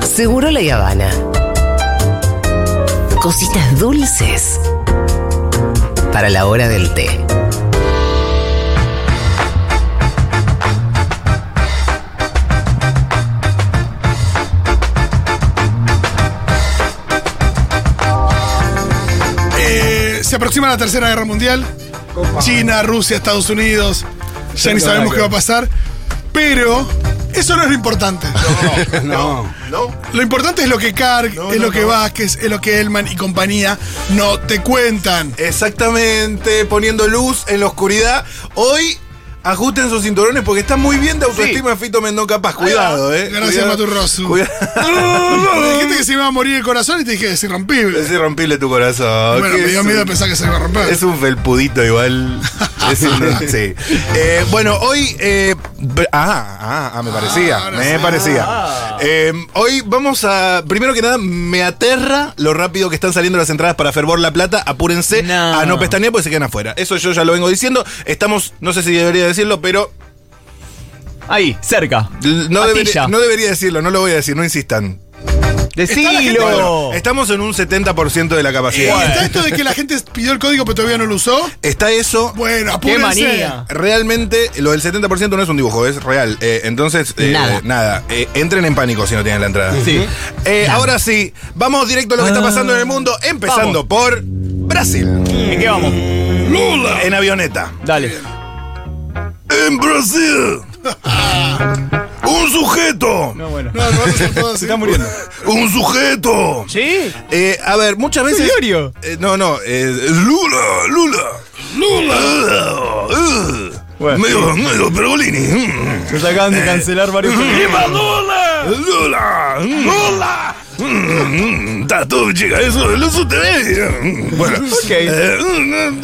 Seguro la Habana. Cositas dulces para la hora del té. Eh, se aproxima la Tercera Guerra Mundial. China, Rusia, Estados Unidos. Ya ni sabemos qué va a pasar. Pero eso no es lo importante. No. Lo importante es lo que Karg, No, es no, lo que no. Vázquez, es lo que Elman y compañía no te cuentan. Eh, Exactamente, poniendo luz en la oscuridad. Hoy ajusten sus cinturones porque está muy bien de autoestima Fito Mendón Capaz. Cuidado, eh. Gracias, Cuidado. Maturroso. Porque Cuidado. dijiste que se me iba a morir el corazón y te dije es irrompible. es irrompible tu corazón. bueno, ¿Qué me dio es? miedo pensar que se me iba a romper. Es un felpudito igual. Es un- sí. Eh, bueno, hoy. eh, b- ah, ah, ah, me parecía. ahora me sí. Ah. parecía. Eh, hoy vamos a. Primero que nada, me aterra lo rápido que están saliendo las entradas para Fervor La Plata. Apúrense No. a no pestañear porque se quedan afuera. Eso yo ya lo vengo diciendo. Estamos, no sé si debería decirlo, pero. Ahí, cerca. l- No, Patilla. debería, no debería decirlo, no lo voy a decir, no insistan. Decilo. Estamos en un 70% de la ¿Y capacidad. está esto de que la gente pidió el código pero todavía no lo usó? Está eso. Bueno, Qué apúrense. manía. Realmente lo del 70% no es un dibujo, es real. Eh, entonces, eh, Nada. nada. Eh, entren en pánico si no tienen la entrada. Sí. Ah. Eh, ahora sí, vamos directo a lo que está pasando en el mundo, empezando por Brasil, ¿En qué vamos? en avioneta. Dale. En Brasil, un sujeto, No, bueno. No, no vas a hacer todo así. muriendo. un sujeto. ¿Sí? Eh, a ver, muchas veces... Diorio. Eh, no, no, eh, Lula, Lula, Lula. uh, uh. Bueno. Medio, medio pergolini. mm. Nos acaban de cancelar varios. Lula, Lula. Mm, mm, Tá todo chica, eso, eso te ve. Mm, Bueno, Ok. Eh, mm, mm,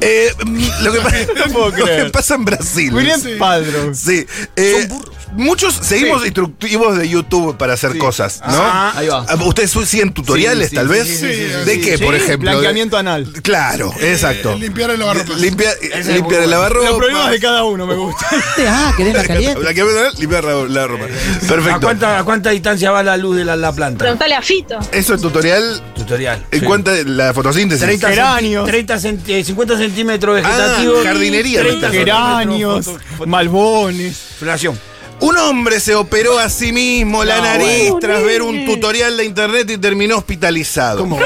eh, mm, lo que, pa- No puedo lo que creer. pasa en Brasil. William Sí. Padro. Sí. eh, Muchos seguimos Sí. instructivos de YouTube para hacer cosas, ¿no? Ah, ahí va. Ustedes su- siguen tutoriales, Sí, sí, tal sí, vez. sí, sí, sí, ¿De sí. qué, Sí, por ejemplo? blanqueamiento anal. Claro, Eh, exacto. limpiar el lavarropas. Limpia- limpiar el lavarropas. Los problemas de cada uno me gustan. Ah, querés la caliente. Blanqueamiento anal, limpiar la, la ropa. Eh, ¿A Perfecto. cuánta, a cuánta distancia va la luz de la, la planta? Preguntale a Fito. Eso es tutorial Tutorial. ¿En Sí. cuánto es la fotosíntesis? 30 centi- Geranios. 30 centi- 50 centímetros Ah, vegetativos. jardinería. 30 Geranios, malbones. Floración. Un hombre se operó a sí mismo la No, nariz bueno. tras ver un tutorial de internet y terminó hospitalizado. No,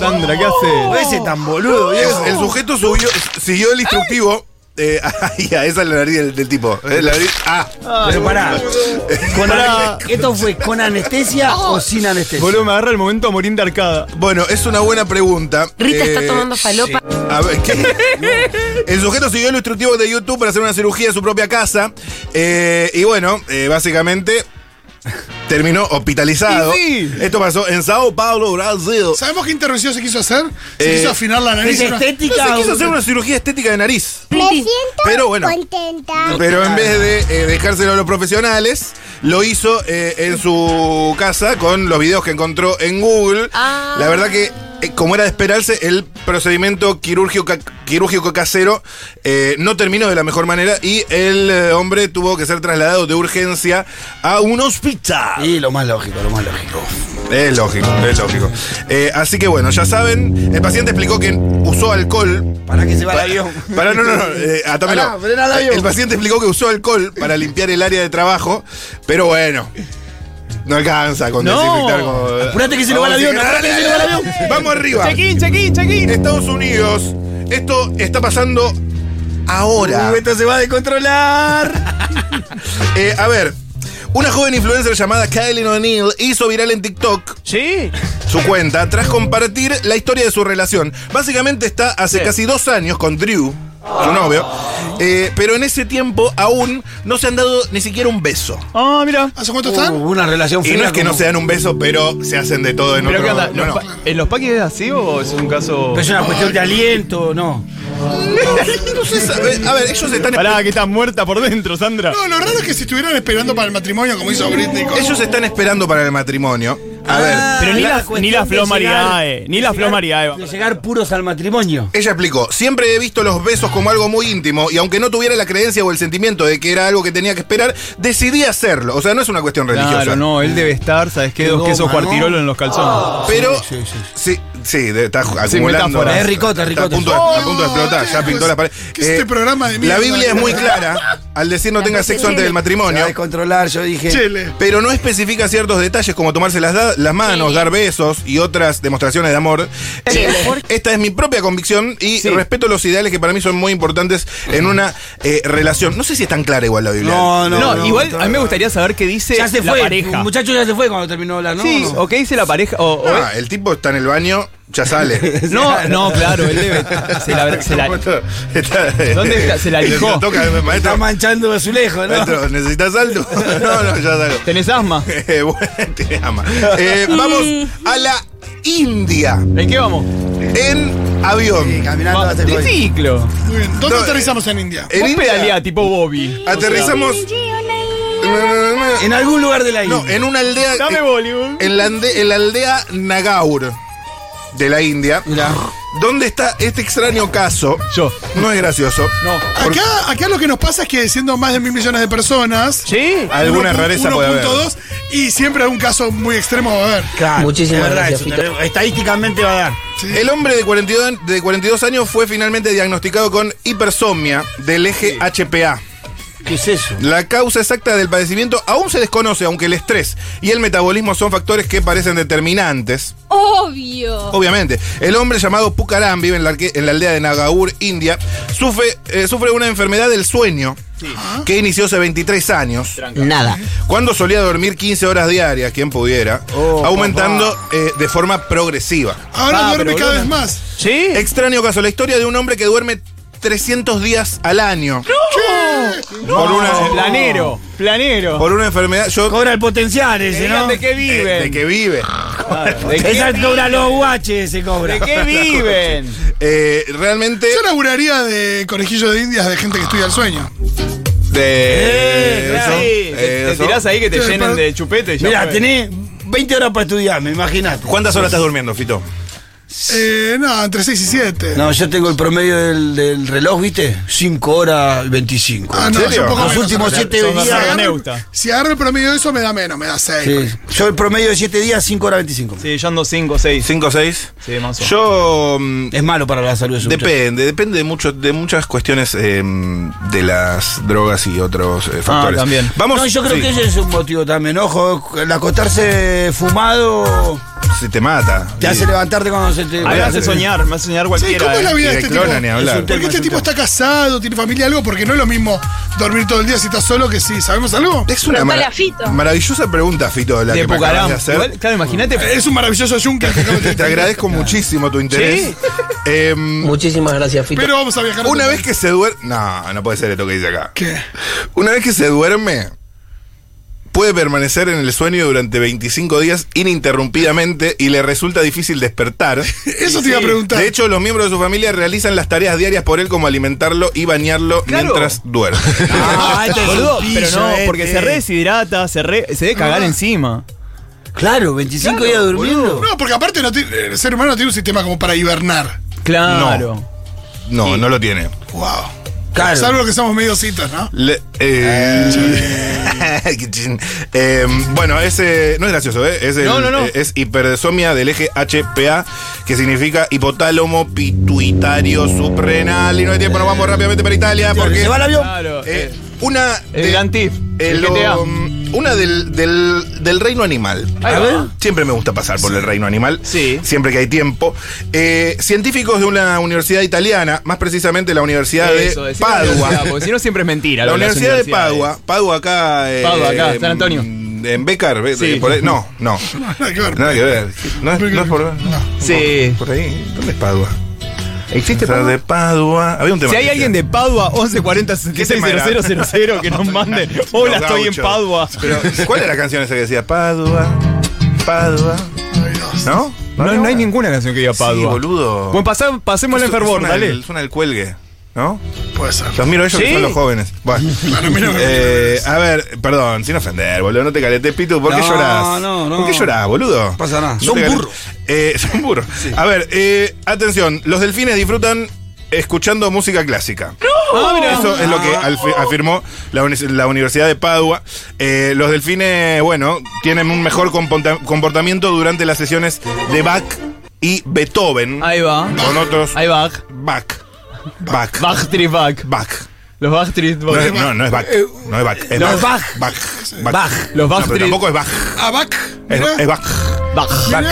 Sandra, ¿qué hace? Oh. Ese tan boludo, Es- viejo. el Oh. sujeto subió- siguió el instructivo. eh, ay, a esa es la nariz del, del tipo. eh, la nariz- ah, Pero pará. Con Pará. ane- ¿Esto fue con anestesia o sin anestesia? Boludo, me agarra el momento a morir de arcada. bueno, es una buena pregunta. Rita Eh, está tomando falopa. A ver, ¿qué? El sujeto siguió los instructivos de YouTube para hacer una cirugía en su propia casa. eh, y bueno, eh, básicamente terminó hospitalizado. Y sí. Esto pasó en Sao Paulo, Brasil. ¿Sabemos qué intervención se quiso hacer? Se Eh, quiso afinar la nariz. ¿Es estética? Se quiso o- hacer una cirugía estética de nariz. Me siento Pero bueno. contenta. Pero en vez de eh, dejárselo a los profesionales, lo hizo eh, en su casa con los videos que encontró en Google. Ah. La verdad que, eh, como era de esperarse, el procedimiento quirúrgico, ca- quirúrgico casero eh, no terminó de la mejor manera y el eh, hombre tuvo que ser trasladado de urgencia a un hospital. Sí, lo más lógico, lo más lógico. Es lógico, es lógico. Eh, así que bueno, ya saben, el paciente explicó que usó alcohol Para que se vaya para, el avión. para- no, no, no, eh, atámelo. Pará, frená el avión. El paciente explicó que usó alcohol para limpiar el área de trabajo, pero bueno. No alcanza con No. desinfectar con. Apurate que se lo va el Vamos, avión, dale, apurate que se lo va el avión. Vamos arriba. Chequín, chequín, chequín. Estados Unidos. Esto está pasando ahora. Uy, esto se va a descontrolar. Eh, a ver. Una joven influencer llamada Kylie O'Neill hizo viral en TikTok Sí. su cuenta tras compartir la historia de su relación. Básicamente está hace Sí. casi dos años con Drew, su novio, eh, pero en ese tiempo aún no se han dado ni siquiera un beso. Ah, mira. ¿Hace cuánto Uh, están? Hubo una relación Y no fría es que como- no se dan un beso, pero se hacen de todo en Pero otro... ¿qué onda? no, ¿Los no. pa- ¿En los paquis es así o es un caso...? Pero es una cuestión de aliento, no. No se sabe. A ver, ellos están... Pará, que estás muerta por dentro, Sandra. No, lo raro es que se estuvieran esperando para el matrimonio, como hizo Britney. con- Ellos están esperando para el matrimonio. A ver. Pero ni Ah, la eh, la, ni cuestión la de Flor llegar- Mariae, ni la Flor Mariae. va. De llegar puros al matrimonio. Ella explicó, siempre he visto los besos como algo muy íntimo y aunque no tuviera la creencia o el sentimiento de que era algo que tenía que esperar, decidí hacerlo. O sea, no es una cuestión religiosa. Claro, no, él debe estar, ¿sabes qué? Dos Qué quesos goma, ¿no? cuartirolo en los calzones. Pero Sí, sí, sí, sí, de- está acumulando. metáforas. Es ricota, Está ricota. A punto, de, a punto de explotar, ya pintó la pared. Eh, ¿Qué es este programa de La mierda? Biblia es muy clara al decir no tengas sexo antes del Se va matrimonio. a descontrolar, yo dije. Chele. Pero no especifica ciertos detalles como tomarse las, da- las manos, dar besos y otras demostraciones de amor. Eh, Esta es mi propia convicción y respeto los ideales que para mí son muy importantes en una eh, relación. No sé si es tan clara igual la Biblia. No, No, no, no. igual no. a mí me gustaría saber qué dice Ya se la fue. pareja. El muchacho ya se fue cuando terminó de hablar, ¿no? sí, o qué dice la pareja. o- o- Ah, el tipo está en el baño, ya sale. no, no, claro, él debe. Se la, se la- Está- eh, ¿Dónde está? Se la lijó. Toca, maestro, Está manchando azulejo, ¿no? maestro, ¿necesitas algo? No, no, ya salgo. ¿Tenés asma? Eh, bueno, te ama. Eh, vamos a la India ¿En qué vamos? en avión. Caminando Va- hasta el de coche. ciclo. Muy bien. ¿Dónde No, eh, aterrizamos en India? En Vos India pedaleá, tipo Bobby. aterrizamos. En algún lugar de la isla. No, en una aldea. Dame volumen. En la, ande- en la aldea Nagaur de la India. Mirá. ¿Dónde está este extraño caso? Yo. No es gracioso. No. Por- Acá, acá lo que nos pasa es que siendo más de mil millones de personas, ¿Sí? Alguna rareza puede haber. 1.2 y siempre algún caso muy extremo va a haber. Claro, Muchísimas es verdad gracias, eso, tenemos- Estadísticamente va a dar. Sí. El hombre de 42, de 42 años fue finalmente diagnosticado con hipersomnia del eje HPA. ¿Qué es eso? La causa exacta del padecimiento aún se desconoce, aunque el estrés y el metabolismo son factores que parecen determinantes. Obvio. Obviamente, el hombre llamado Pukaram vive en la, arque- en la aldea de Nagaur, India. Sufre, eh, sufre una enfermedad del sueño que inició hace 23 años, Nada. cuando solía dormir 15 horas diarias, quien pudiera, Oh, aumentando eh, de forma progresiva. Ahora Ah, duerme pero cada vez boludo. más. ¿Sí? Extraño caso, la historia de un hombre que duerme 300 días al año. Por, una, Planero, planero. por una enfermedad. Yo, Cobra el potencial Que ese, digan ¿no? ¿De qué eh, viven? de que vive. ¿De qué Esa viven? cobra los guaches, ese cobra. ¿De qué viven? Eh, realmente. Yo laburaría de conejillo de indias de gente que estudia el sueño. De. Sí, Eh, eso, Eh, te- te, eso. tirás ahí que te Sí, llenen pero- de chupete. ya Mirá, fue. tenés 20 horas para estudiar, me imaginaste. ¿Cuántas horas estás durmiendo, Fito? Eh, no, entre 6 y 7. No, yo tengo el promedio del, del reloj, ¿viste? 5 horas y 25. Ah, no, ¿En serio? yo un poco Los menos. últimos Si 7 Son agarro- días. Neuta. Si agarro el promedio de eso me da menos, me da 6. Sí, yo el promedio de 7 días, 5 horas 25. Sí, yo ando 5 o 6. ¿Cinco o seis? Sí, más o menos. Yo. mm, Es malo para la salud de su Depende, depende de, mucho, de muchas cuestiones em, de las drogas y otros eh, factores. Ah, también. Vamos, No, yo creo sí, que ese es un motivo también. Ojo, el acostarte fumado Se te mata. te hace levantarte cuando se te. A mí me hace Sí. soñar, me hace soñar Sí, cualquiera. ¿cómo es la eh. vida de Y este de clona, ni tipo? hablar. Es un Porque tema, este es un tipo tema. está casado, tiene familia, algo, porque no es lo mismo dormir todo el día si estás solo que si sabemos algo. Es una Preguntale mara- a Fito. maravillosa pregunta, Fito, la De que me acabas Pucarán. de hacer. Eh, Igual, Claro, imagínate. Es un maravilloso yunque que acabo de Te agradezco muchísimo tu interés. ¿Sí? Em, Muchísimas gracias, Fito. Pero vamos a viajar. a una otro vez que se duerme. No, no puede ser esto que dice acá. ¿Qué? Una vez que se duerme, puede permanecer en el sueño durante 25 días ininterrumpidamente y le resulta difícil despertar. Eso te iba a preguntar. De hecho, los miembros de su familia realizan las tareas diarias por él, como alimentarlo y bañarlo Claro. mientras duerme. Ah, este es un Boludo, pillo pero no, eh, porque este. se re deshidrata, se, re, se debe Ah. cagar encima. Claro, 25 Claro, días durmiendo. No, porque aparte no tiene- el ser humano no tiene un sistema como para hibernar. Claro. No, no lo tiene. Wow. Claro. Salvo que somos mediositos, ¿no? Le- eh, Ah. qué chin. Eh, bueno, ese no es gracioso, ¿eh? es, el- No, no, no. eh, es hiperdesomia del eje HPA, que significa hipotálamo pituitario suprrenal. Y no hay tiempo, nos vamos rápidamente para Italia porque se va el avión. Claro. eh, una El de- gran tip. eh, El lo- GTA. una del, del- del reino animal. Ahí A va. ver. Siempre me gusta pasar por el reino animal. Sí. Siempre que hay tiempo. Eh, científicos de una universidad italiana, más precisamente la Universidad Eso, de decime la Padua. universidad, Porque si no siempre es mentira. La lo de las Universidad de universidades. Padua. Padua acá. eh, mm, Padua acá, San Antonio. En Becar. Be- Sí. por ahí- No, no. Nada que ver. Nada que ver. No es, no es por. no. Sí. Por ahí. ¿Dónde es Padua? ¿Existe Está de Padua. Había un tema. Si hay que alguien de Padua, 1140 000 que nos mande. Hola, Los estoy en gauchos. Padua. Pero, ¿cuál era la canción esa que decía Padua? Padua. Ay, Dios. ¿No? No, no hay ninguna canción que diga Sí, Padua. boludo. Bueno, pasá- pasémosla en Su- fervor, suena dale. el- Suena el cuelgue. ¿no? Puede ser. Los miro ellos ¿Sí? que son los jóvenes. Bueno. Claro, miro que- Eh, a ver, perdón, sin ofender, boludo, no te caletes, Pitu, ¿por qué No, llorás? no, no. ¿Por qué llorás, boludo? No pasa nada. te Son caletes. burros. Eh, son burros. A ver, eh, atención, los delfines disfrutan escuchando música clásica. Ah, Eso es lo que alfi- afirmó la, uni- la Universidad de Padua. Eh, los delfines, bueno, tienen un mejor comporta- comportamiento durante las sesiones de Bach y Beethoven. Ahí va. Con otros. Ahí va. Bach. Bach. Bach. Backstreet Back. Bach. Los Backstreet No, es- Back. no, no es Bach. No es Bach. Es No, Bach. Bach. Bach. eh, Bach. Ah, No, Los Backstreet pero tampoco es Bach. Abac. Es, mirá. es Bach. Back. Bach.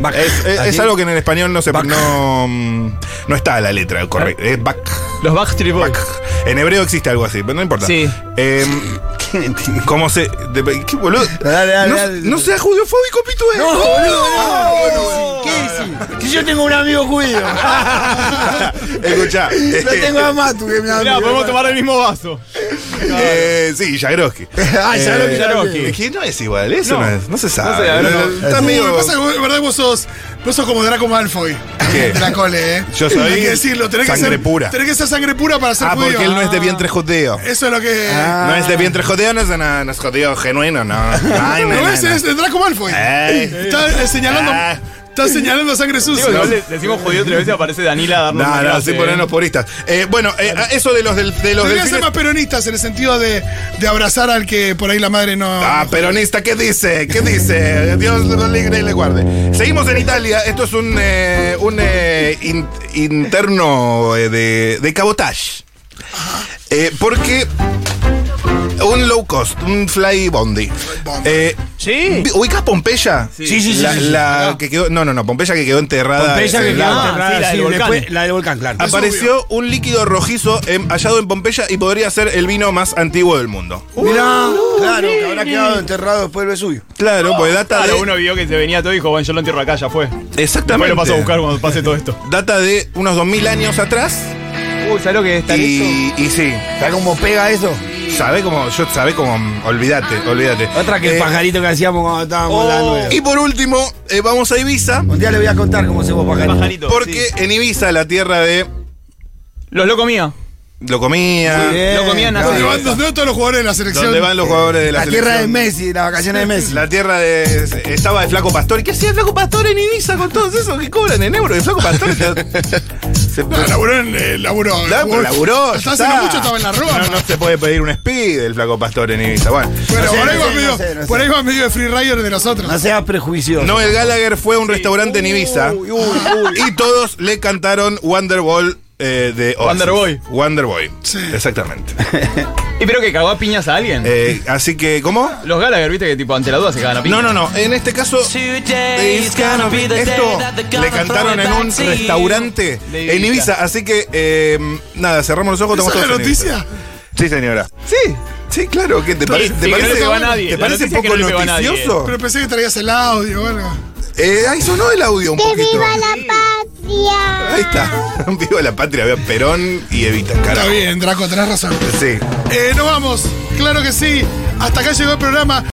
Bach. Es, es- es Así. algo que en el español no se Bach. Ah. no, mm, no está la letra correcta. Es Bach. Los Backstreet Bach. Back. En hebreo existe algo así, pero no importa. Sí. Em, Qué mentira. ¿Cómo se.? de- ¿Qué boludo? Dale, dale, no, dale. no sea judeofóbico, Pitu. eh. No, boludo, no. ¿Qué decís? Si yo tengo un amigo judío. Escuchá. Lo tengo a Matu que me da Mirá, podemos tomar el mismo vaso. Eh, sí, Jagroski. Ah, Eh, Jagroski, Jagroski. Es que no es igual, eso no, No. es. No se sabe. sé, No, no, no, no. está Uh, medio- me pasa que vos, de verdad vos sos, vos sos como Draco Malfoy. ¿Qué? De la cole, ¿eh? Yo soy Hay que decirlo, tenés que sangre ser, pura. Tenés que ser sangre pura para ser Ah, judío. porque él no es de Ah. vientre judío. Eso es lo que. No es de vientre judío, no es, una, no es judío genuino, no. Ay, no, ¿Lo no, ves? no. Es de Draco Malfoy. Ey. Está eh, señalando. Ah. Está señalando sangre sucia. Digo, igual le decimos jodido tres veces y aparece Danila a darnos No, una no, clase, sin eh. ponernos puristas. Eh, bueno, eh, eso de los, del, de los Deberían ser delfines- más peronistas en el sentido de, de abrazar al que por ahí la madre no. Ah, peronista, ¿qué dice? ¿Qué dice? Dios lo libre y le guarde. Seguimos en Italia. Esto es un, eh, un eh, in- interno eh, de, de cabotage. Eh, porque un low cost, un fly bondi. Eh, Sí. ¿vi- ¿Ubicás Pompeya? Sí, sí, sí, La, sí, Ah. sí. la que quedó, no, no, no, Pompeya que quedó enterrada. Pompeya en que el quedó agua. Ah, enterrada, sí, la del sí, volcán. después- la del volcán, claro. Ah, Apareció un líquido rojizo em, hallado en Pompeya y podría ser el vino más antiguo del mundo. Mirá, Uh, claro, que habrá quedado enterrado después del Vesubio. Claro, porque data Claro, de. Ah. uno vio que se venía todo y dijo, bueno, yo lo entierro acá, ya fue. Después Exactamente. lo paso a buscar cuando pase todo esto. Data de unos 2000 años atrás. Uy, ¿sabes Uh, lo que es Y, y sí, ¿Sabes cómo pega eso? sabe como. Yo sabe como. Olvídate, olvídate. Otra que el Eh, pajarito que hacíamos cuando estábamos dando. Y por último, eh, vamos a Ibiza. Oh. Un día le voy a contar cómo hacemos pajarito. Pajarito. Porque sí. en Ibiza, la tierra de. Los lo comía. Lo comía. Muy bien, Lo comían claro. Donde así. van, donde van todos los jugadores de la selección. Donde van los jugadores de la, La tierra de selección. Messi, las vacaciones de Messi. La tierra de. Estaba el Flaco Pastor. ¿Y qué hacía el Flaco Pastor en Ibiza con todos esos que cobran en euros? El Flaco Pastor. se, No, laburó en. eh, laburó. Claro, pero laburó. Hasta hace está. no mucho estaba en la Roma. No, no se puede pedir un speed el flaco pastor en Ibiza. Bueno. Bueno, por, No sé, no ahí sé, va no medio, sé, no sé. por ahí va medio de Free Rider de nosotros. No seas prejuicioso. Noel Gallagher fue a un restaurante en Ibiza Uy, uy, uy. y todos le cantaron Wonderwall eh, de Oasis. Wonderboy. Wonderboy. Sí. Exactamente. Y pero que cagó a piñas a alguien. Eh, así que, ¿cómo? Los Gallagher, viste que tipo ante la duda se cagan a piñas. No, no, no. En este caso, esto le cantaron en un restaurante De Ibiza. en Ibiza. Así que, eh, nada, cerramos los ojos. ¿Esa estamos es la todos en Ibiza. noticia? Sí, señora. Sí. Sí, claro. ¿Qué te parece? sí, ¿Te que no parece, le pegó a nadie. ¿te La parece noticia es que poco no le pegó a nadie. noticioso? Pero pensé que traías el audio o algo. Eh, ahí sonó el audio un ¡Que poquito. viva la patria! Ahí está. Viva la patria, vea Perón y Evita, Está carajo. bien, Draco, tenés razón. Sí. Eh, nos vamos, claro que sí. Hasta acá llegó el programa.